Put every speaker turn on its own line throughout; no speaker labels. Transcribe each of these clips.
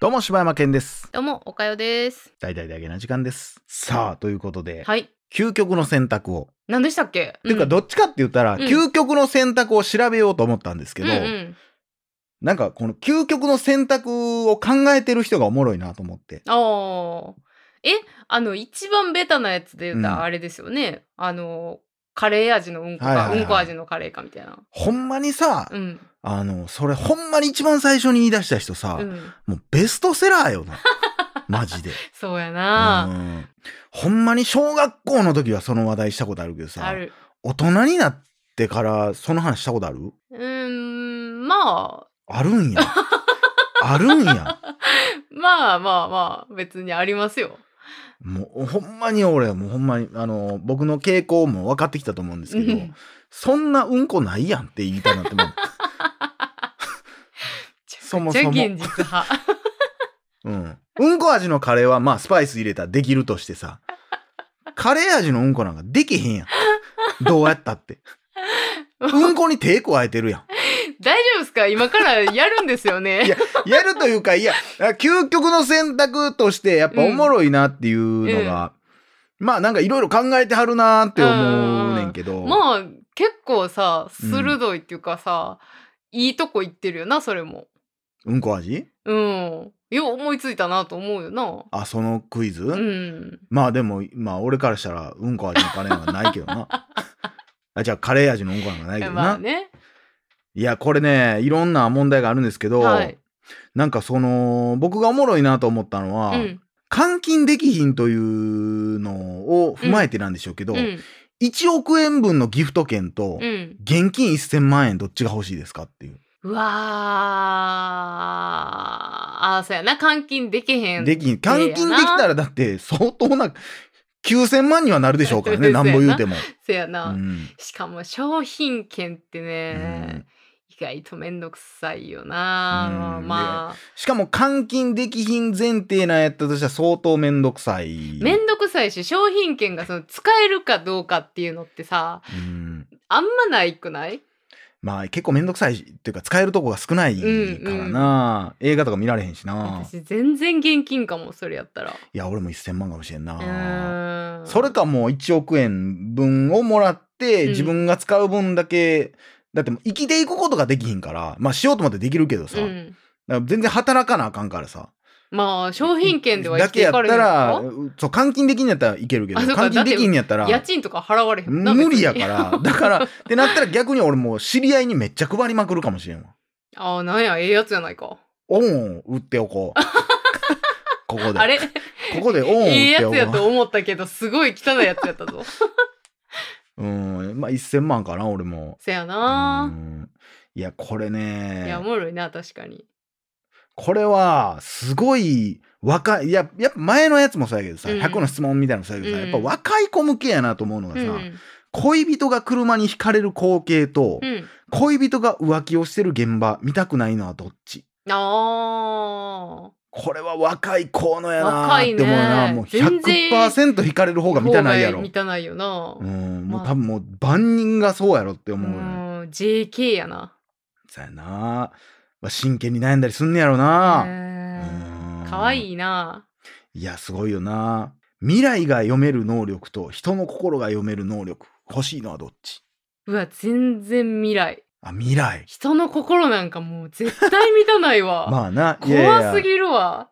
どうも柴山健です
どうも、おかよです。
大々であげな時間ですさあということで、
はい。
究極の選択を、
何でしたっけ
ていうか
っ
どっちかって言ったら、
うん
究極の選択を調べようと思ったんですけど、
うんうん、
なんかこの究極の選択を考えてる人がおもろいなと思って
ああ。え、あの、一番ベタなやつで言うた
うん
ら、あれですよね。あの、カレー味のうんこか、
はいはいはい
うんこ味のカレーかみたいな。
ほんまにさ、
うん。
あのそれほんまに一番最初に言い出した人さ、
うん。
もうベストセラー よなマジで
そうやな。
うんほんまに小学校の時はその話題したことあるけどさ
ある。
大人になってからその話したことある
うーん、まあ、
あるんや あるんや
まあまあまあ、別にありますよ。
もうほんまに俺もうほんまにあの僕の傾向も分かってきたと思うんですけど
うん
そんなうんこないやんって言いたいな ってもうそも
じゃ
そ
あ
も
現実派。
うん、うんこ味のカレーはまあスパイス入れたらできるとしてさカレー味のうんこなんかできへんやんどうやった ってうんこに手加えてるや
大丈夫ですか今からやるんですよね。
いやんやるというかいや究極の選択としてやっぱおもろいなっていうのが、まあなんかいろいろ考えてはるなーって思うねんけど、
まあ結構さ
うん
鋭いっていうかさ、いいとこ行ってるよなそれも
うんこ味
うんよう思いついたなと思うよな
あそのクイズ、
うん
まあでもまあ俺からしたらうんこ味のカレーはないけどな あじゃあカレー味のうんこなんかないけどな、
まあね
いやこれねいろんな問題があるんですけど、
はい
なんかその僕がおもろいなと思ったのは、
うん
換金できひんというのを踏まえてなんでしょうけど、
うん
1億円分のギフト券と
うん
現金1000万円どっちが欲しいですかっていう、
うわーあーそうやな監禁できへん
できひん換金できたらだって相当な9000万にはなるでしょう からね
そうや
な
なん
ぼ言うても、
そうや
う
な、
ん
しかも商品券ってね、
うん
意外とめんどくさいよな、
うん
まあ
しかも換金できひん前提なんやったとしたら相当めんどくさい
めんどくさいし商品券がその使えるかどうかっていうのってさ
うん
あんまないくない
まあ結構めんどくさいしっていうか使えるとこが少ないからな、映画とか見られへんしな
私全然現金かもそれやったら
いや俺も1000万かもしれん
う
な
ーん
それかもう1億円分をもらって
うん
自分が使う分だけ、だってもう生きていくことができひんからまあしようと思ってできるけどさ、
う
だか
ん、
ら全然働かなあかんからさ
まあ商品券では生
だ
き
け
てい
やっ
か
た
れへん
ら
の
そう換金できんやったらいけるけど
あそうか
換金できんやった
から家賃とか払われへんな
無理や
別
か
に
らだからってなったら逆に俺もう知り合いにめっちゃ配りまくるかもしれんわ
ああなんやええやつじゃないか
オンを売っておこう ここで
あれ
ここでオンを打っ
ええ
て
や
お
つ
こ
やと思ったけどすごい汚いやつやった
う。
ぞ
うん。まあ、1000万かな、俺も。
せや
う
なん
いや、これ
いや
ね
お、もろいな確かに
これは、すごい、若い、いや、やっぱ前のやつもそうやけどさ、
うん
100の質問みたいなのもそうやけどさ、
うん
やっぱ若い子向けやなと思うのが
う
さ、
ん
恋人が車に惹かれる光景と、
うん
恋人が浮気をしてる現場、見たくないのはどっち
あ
これは若い子のやな
若
ー
い
って
ね
思うな。もう
全然
100%惹かれる
あ
方が見たないやろ。
見たないよな
うん、
まあ
もう多分もう万人がそうやろって
う
思うよね。
ん JK やな
さやな、まあ、真剣に悩んだりすんねやろな、
うん
うん
かわいいない
やすごいよな未来が読める能力と人の心が読める能力欲しいのはどっち
うわ全然未来
あ未来
人の心なんかもう絶対満たない わ、
まあな
怖す
る
ぎるわ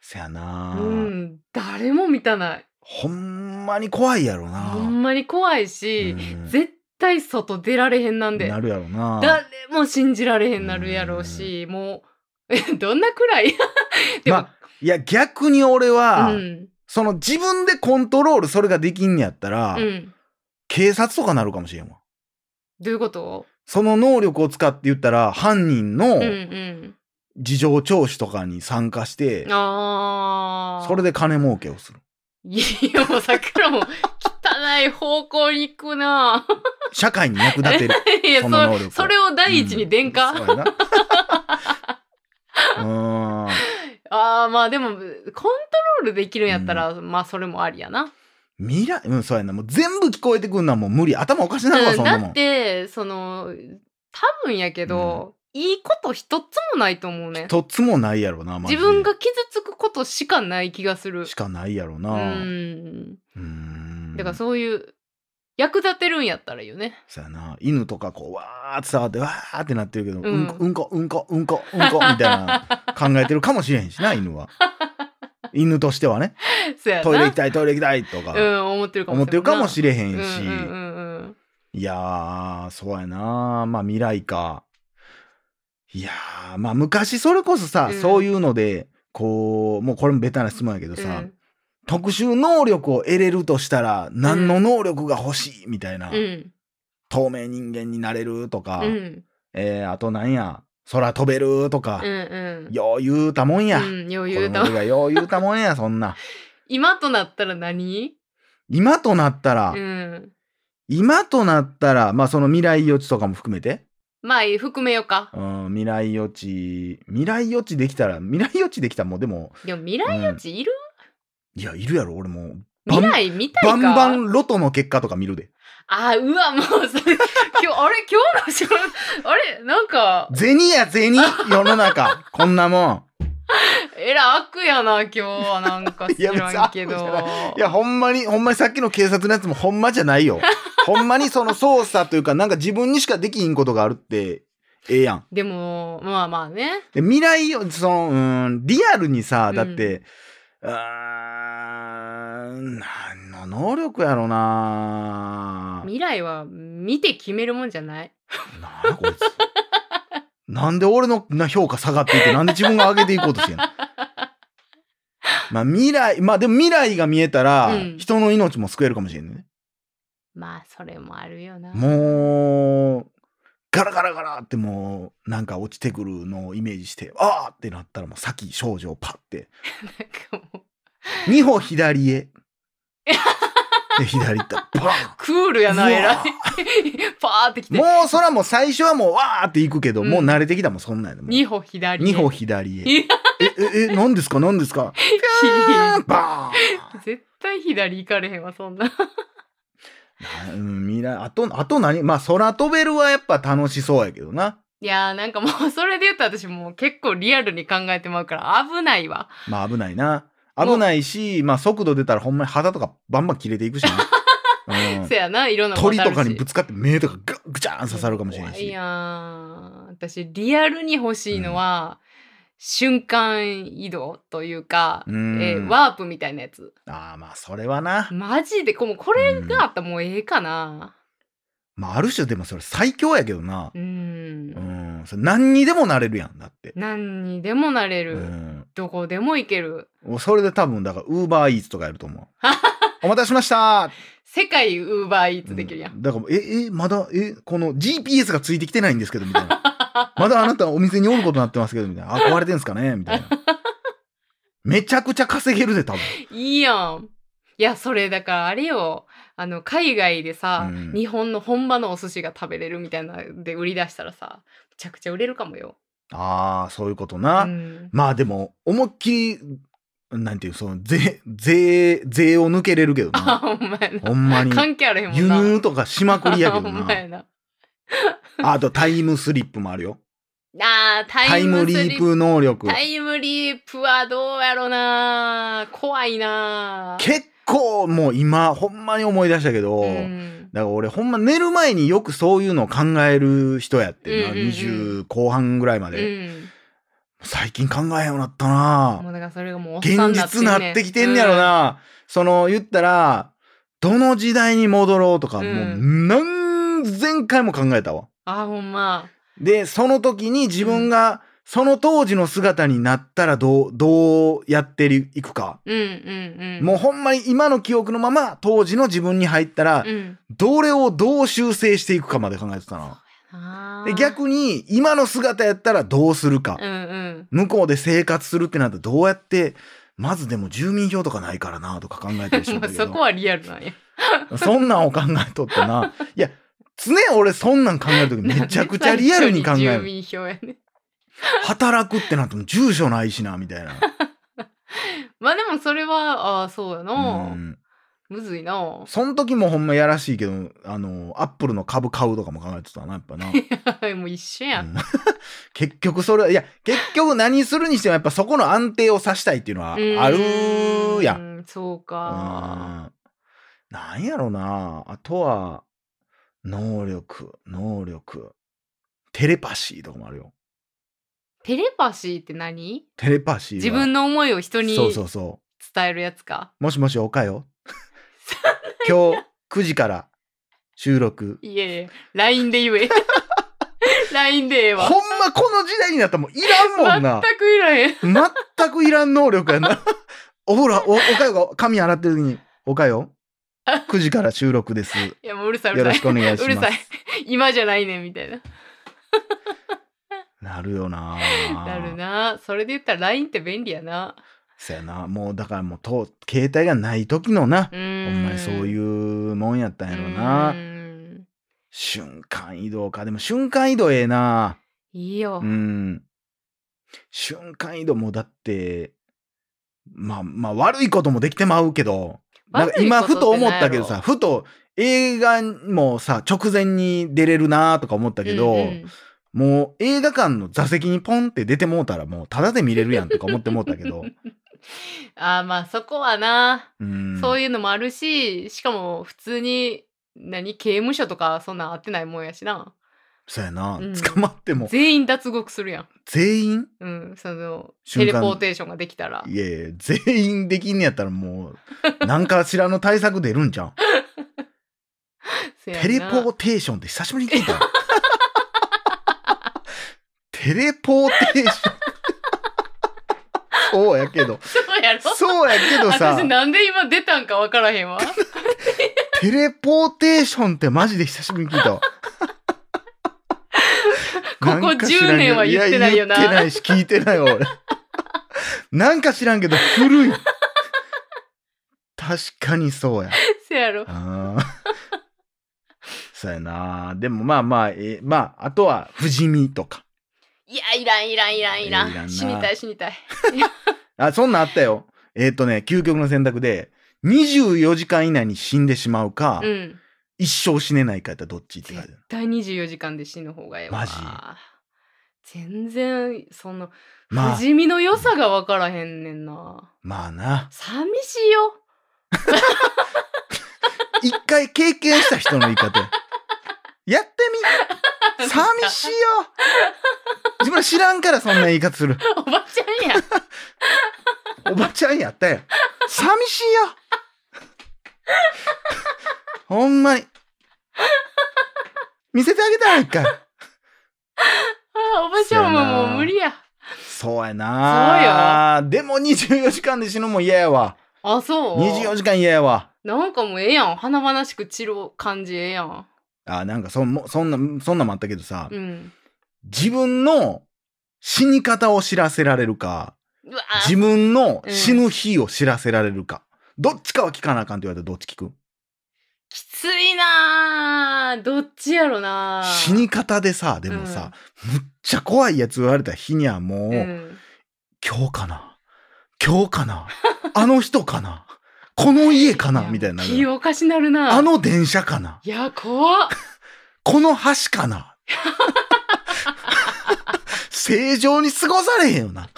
さやな、
うん誰も満たない
ほんまに怖いやろな、
ほんまに怖いし、
うん
絶対外出られへんなんで
なるやろな
誰も信じられへんなるやろうし、もうえどんなくらいでも、
まあいや逆に俺は、
うん
その自分でコントロールそれができんやったら、
うん
警察とかなるかもしれんわ
どういうこと
その能力を使って言ったら犯人の
うんうん
事情聴取とかに参加して、
ああ
それで金儲けをする
いやもう桜も汚い方向に行くな
社会に役立てる
いや
その能力
そそれを第一に電化、
うんそうやな うーん
ああまあでもコントロールできるんやったら、まあそれもありやな。
未来うんそうやなもう全部聞こえてくんのはもう無理頭おかしなるわ、
うん
そん
だ
なも
っ
ん
てその分やけど、いいこと一つもないと思うね。
とっつもないやろな、マジ
自
で
分が傷つくことしかない気がする
し。かないやろ
う。
な。うんーん。
だからそういう、役立てるんやったらいいよね。
そうやな犬とかこうわーって触ってわーってなってるけど、
ん
うんこ、うんこうんこうんこうんこみたい な考えてるかもしれへんしな犬は犬としてはね
そうやな
トイレ行きたいトイレ行きたいと
う
か
ん、思ってるかもしれん
思ってるかもしれへ
れ
ん
ん
し、
うんうんうんうん
いやーそうやなまあ未来かいやーまあ昔それこそさ、
うん
そういうのでこうもうこれもベタな質問やけどさ、
うん
特殊能力を得れるとしたら何の能力が欲しいみたいな、
うん
透明人間になれるとか、
うん
えー、あとなんや、空飛べるとか
う、んうん
よう言うたもんや。
うん余
子
裕
供
だ
がよう言うたもんや、そんな。
今となったら何
今となったら、
うん
今となったら、まあその未来予知とかも含めて、
まあいい含めようか
うん、未来予知、未来予知できたら、未来予知できたらもうでも、
でも未来予知いる、
いや、いるやろ、俺もう。バン
未来見たい
バ
か
ンバンロトの結果とか見るで。
あうわもう それ今日あれ今日の仕事あれなんか
銭や銭世の中 こんなも
えらい悪やな今日はなんか知
いや別に
らんけど
悪じゃんいやほんまにほんまにさっきの警察のやつもほんまじゃないよほんまにその操作というかなんか自分にしかできひんことがあるってええやん
でもまあまあね
で未来をそのうーんリアルにさ
うん
だって、うーん、何の能力やろな
未来は見て決めるもんじゃない
なあこいつなんで俺のな評価下がっていってなんで自分が上げていこうとしてん のまあ未来まあでも未来が見えたら、
うん
人の命も救えるかもしれんね
まあそれもあるよな
もうガラガラガラってもうなんか落ちてくるのをイメージしてあーってなったらもう先少女をパッて
なんかもう
二歩左 へ。で左行ったらパ
クールや
う
な
わ
偉い パーってき
ン
て
もうそらもう最初はもうわーって行くけど、
うん
もう慣れてきたもんそんなんやでもう
二歩左
二歩
左
左へ。え、え、え、何ですか何ですかバーン
絶対左行かれへんわそんな
なうん、未来、あと、あと何まあ空飛べるはやっぱ楽しそうやけどな。
いやーなんかもうそれで言ったら私もう結構リアルに考えてまうから危ないわ
まあ危ないな。危ないし、まあ速度出たらほんまに肌とかバンバン切れていくし な、うん
せやないろんな
鳥とかにぶ
つ
つかって目とかガッぐちゃーん刺さるかもしれない
い
し。
やー私リアルに欲しいのは、瞬間移動というか、
うん
えーワープみたいなやつ
ああ、まあそれはな。
マジでこもうこれがあったらもうええかな
まあ、ある種でもそれ最強やけどな。
うん、
うん。それ何にでもなれるやん、だって。
何にでもなれ
う
る、
ん。
どこでも行ける
もうそれで多分、だから、ウーバーイーツとかやると思 う。お待たせしました
世界ウーバーイーツできるやん、
うんだから、え、え、まだ、え、この GPS がついてきてないん ですけど、みたいな。まだあなたお店におることになってますけど、みたいな。あ、壊れてんすかねみたい な。めちゃくちゃ稼げるで、多分。
いいやんいやそれだからあれよあの海外でさ、
うん
日本の本場のお寿司が食べれるみたいなので売り出したらさめちゃくちゃ売れるかもよ、
ああ、そういうこと
う
な。
ん、
まあでも、思いっきり、なんていう、その、税、税、税を抜けれるけど
あ
な。
ほんまやな
ほんまに。
関係あれへんも
輸
んな
入とかしまくりやけど
ほん
な
ま。やな
あとタイムスリップもあるよ。
あータ
タイ
イム
ム
リ
リ
ー
ー
プ
プ能力。
タイムリープはどうやろな怖いな
結構もう今、ほんまに思い出したけど、
うん
だから俺ほんま寝る前によくそういうのを考える人やってな、
うんうんうん
20後半ぐらいま
う
で。
ん、
最近考えへんようになったな
もうだからそれがもうおっさん
現実なってきてんねやろ
な
な、その言ったら、どの時代に戻ろうとか、
うん
もう何千回も考えたわ。
あーほんま
で、その時に自分が、その当時の姿になったらどう、どうやっていくか。
うんうんうん
もうほんまに今の記憶のまま当時の自分に入ったら、
うん
どれをどう修正していくかまで考えてたな。
あー
で、逆に今の姿やったらどうするか
う。んうん
向こうで生活するってなったらどうやって、まずでも住民票とかないからなとか考えてる人
ま
だ
あ
け
そこ
ど、
はリアルなんや。
そんなんを考えとった な。いや、常俺そんなん考えるときめちゃくちゃリアル に考え
住
る。
民票やね。
働くってなっても住所ないしな、みたいな。
まあでもそれは、ああ、そうやな。
うん
むずいな
そん時もほんまやらしいけど、あの、アップルの株買うとかも考えてたな、やっぱな。
もう一緒や、
うん ん結局それは、いや、結局何するにしてもやっぱそこの安定を指したいっていうのはあるやん。
んそう
う
か
んなんやろな。あとは、能力、能力。テレパシーとかもあるよ。
テレパシーって何
テレパシーは。
自分の思いを人に
そうそうそ
伝えるやつか
う。もしもし、おか よ。今日9時から収録。
いえいえ LINE で言え LINE でええ
ほん
わ
まこの時代になったらもういらんもんな。
全くいらへん
全くいらん能力やな。 お風呂、おおかよが髪洗ってる時に、おか よ、9時から収録です。よ
いやもううるさいうる
ろ
さい
しくお願いし
うる
ま
さい
す。
今じゃないねんみたいな
なるよな。
なるなそれで言ったら LINE って便利やな
そやな。もうだからもうと、携帯がない時のな
う。
ほ
ーん
んまにそういううもんやったんやろ
ー
な。
ん
瞬間移動か。でも瞬間移動ええな。
いいよ、
うん。瞬間移動もだって、まあまあ悪いこともできてまうけど、なんか今ふと思ったけどさ、ふと映画もさ、直前に出れるなとか思った
だ
けど、もう映画館の座席にポンって出てもうたらもうタダで見れるやんとか思ってもうたけ ど、
あーまあそこはな、
うん。
そういうのもあるししかも普通に何刑務所とかそんなん合ってないもんやしな
そうやな、
うん
捕まっても
全員脱獄するやん、
全員
うん、その
瞬
テ
間
レポーテーションができたら
いやいや全員できんねやったらもうなんかしらの対策出るんじゃ ん
せやな
テレポーテーションって久しぶりに聞いた テレポーテーション そうやけど
そうやろ
そうやけどさ
私なんで今出たんか分からへんわ
テレポーテーションってマジで久しぶりに聞いたわ
ここ
んか知らんけど
10年は言ってないよな
や言ってないし聞いてないわ俺なんか知らんけど古い確かにそうや
せ やろ
あーそうやなでもまあまあ、えーまああとは不死身とか
いやいらんいらんいらんいら
いらん
ん
な
死にたい死にたい
あそんなんあったよえっ、とね究極の選択で24時間以内に死んでしまうか、
うん
一生死ねないかやったらどっちって書いてあ
絶
る
対24時間で死ぬ方がええわ
マジ
全然その
まあ
不死身の良さが分からへんねんな
まあな
寂しいよ
一回経験した人の言い方ややって み寂しいよ自分ら知らんからそんな言い方する
おばちゃんや
おばちゃんやったよ寂しいよほんまに見せてあげたら一回
あーおばちゃんも
そやな
もう無理や
そうやなそうよでも24時間で死ぬもん嫌やわ
あそう
24時間嫌やわ
なんかもうええやん華々しく散る感じええやん
あなんかそんもそんなそんなんもあったけどさ、
うん
自分の死に方を知らせられるか
うわ
自分の死ぬ日を知らせられるか、どっちかは聞かなあかんって言われたらどっち聞く
きついなーどっちやろなー
死に方でさでもさ、むっちゃ怖いやつ言われた日にはもう、
うん
今日かな今日かなあの人かなこの家かなみたいになる
気おかしなるな
あの電車かない
や怖っ
この橋かな正常に過ごされへんよな。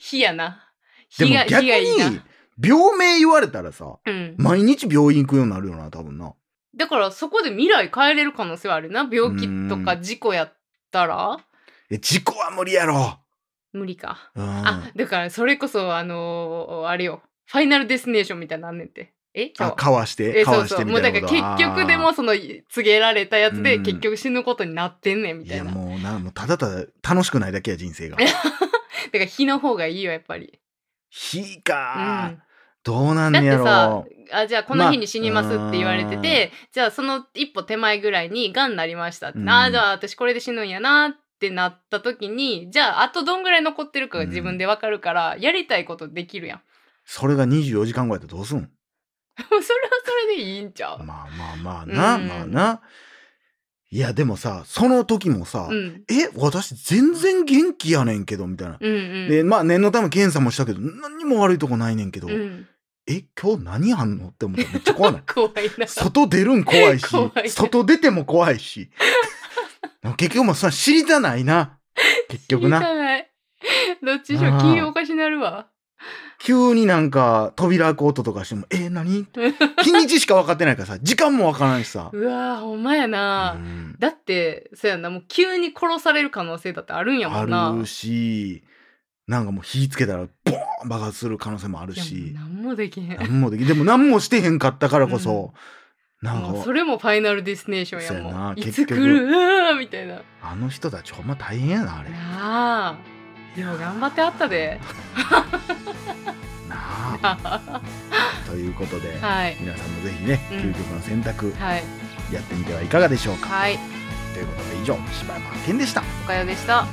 火やな
で
火
も
が
逆
火がいい
に
な、
病名言われたらさ、
うん、
毎日病院行くようになるよな、多分な。
だからそこで未来変えれる可能性はあるな病気とか事故やったら
え、事故は無理やろ。
無理か、
うん。
あだからそれこそあのーあれよファイナルデスティネーションみたいなのあんねんてえちゃ
あ、
う
かわして、
え
か
そう
わし
そ
て
う
み
もう
た
だ
いな
か
こ
ら
と。
結局で
あ
もその告げられたやつで
うん
結局死ぬことになってんねんみ
ー
た
い
い
や
な
もうな、もうただただ楽しくないだけや、人生 が。
だから火の方がいいよやっぱり、
ひ
う
かー、
ん、
どうなん
だっ
ね
て
や
さ
ろ。
あじゃあこの日に死にますって言われてて、じゃあその一歩手前ぐらいにがんになりましたって、
うん
あーじゃあ私これで死ぬんやなってなった時にじゃああとどんぐらい残ってるかが自分でわかるから、やりたいことできるやん
それが24時間後やったらどうすん
それはそれでいいんちゃう、
まあまあまあな、
うん
まあな。いや、でもさ、その時もさ、
うん、
え、私全然元気やねんけど、みたいな。
うんうん
で、まあ念のため検査もしたけど、何にも悪いとこないねんけど、
うん。
え、今日何あんのって思ったらめっちゃ怖ない
怖いな。
外出るん怖いし、
怖いね
外出ても怖い し。結局もうそんな知りたないな。結局
知
な。
らない。どっちにしろ
なあ
金曜おかしなるわ。
急になんか扉開く音とかしても、え、何日にちしか分かってないからさ、時間も分からないし さ。
うわーほんまやな。
うん
だってそうやんなもう急に殺される可能性だってあるんやもんな。
あるし、なんかもう火つけたら、ボーン爆発する可能性もある
いやもう
し。
何もできへん。
なんもでき、でも何もしてへんかったからこそ、なん
もう
か
そ、れもファイナルディスティネーションやも。
そうやなん
いつ
結
来
局
るうわーみたいな。
あの人たちほんま大変やな、あれ。な
なあ。でも頑張ってあったで。
あ。
は
ということ で、
い。
皆さんもぜひね、
うん
究極の選択
はい。
やってみてはいかがでしょうか。
はい。
ということで以上柴山健でした。
おかよでした。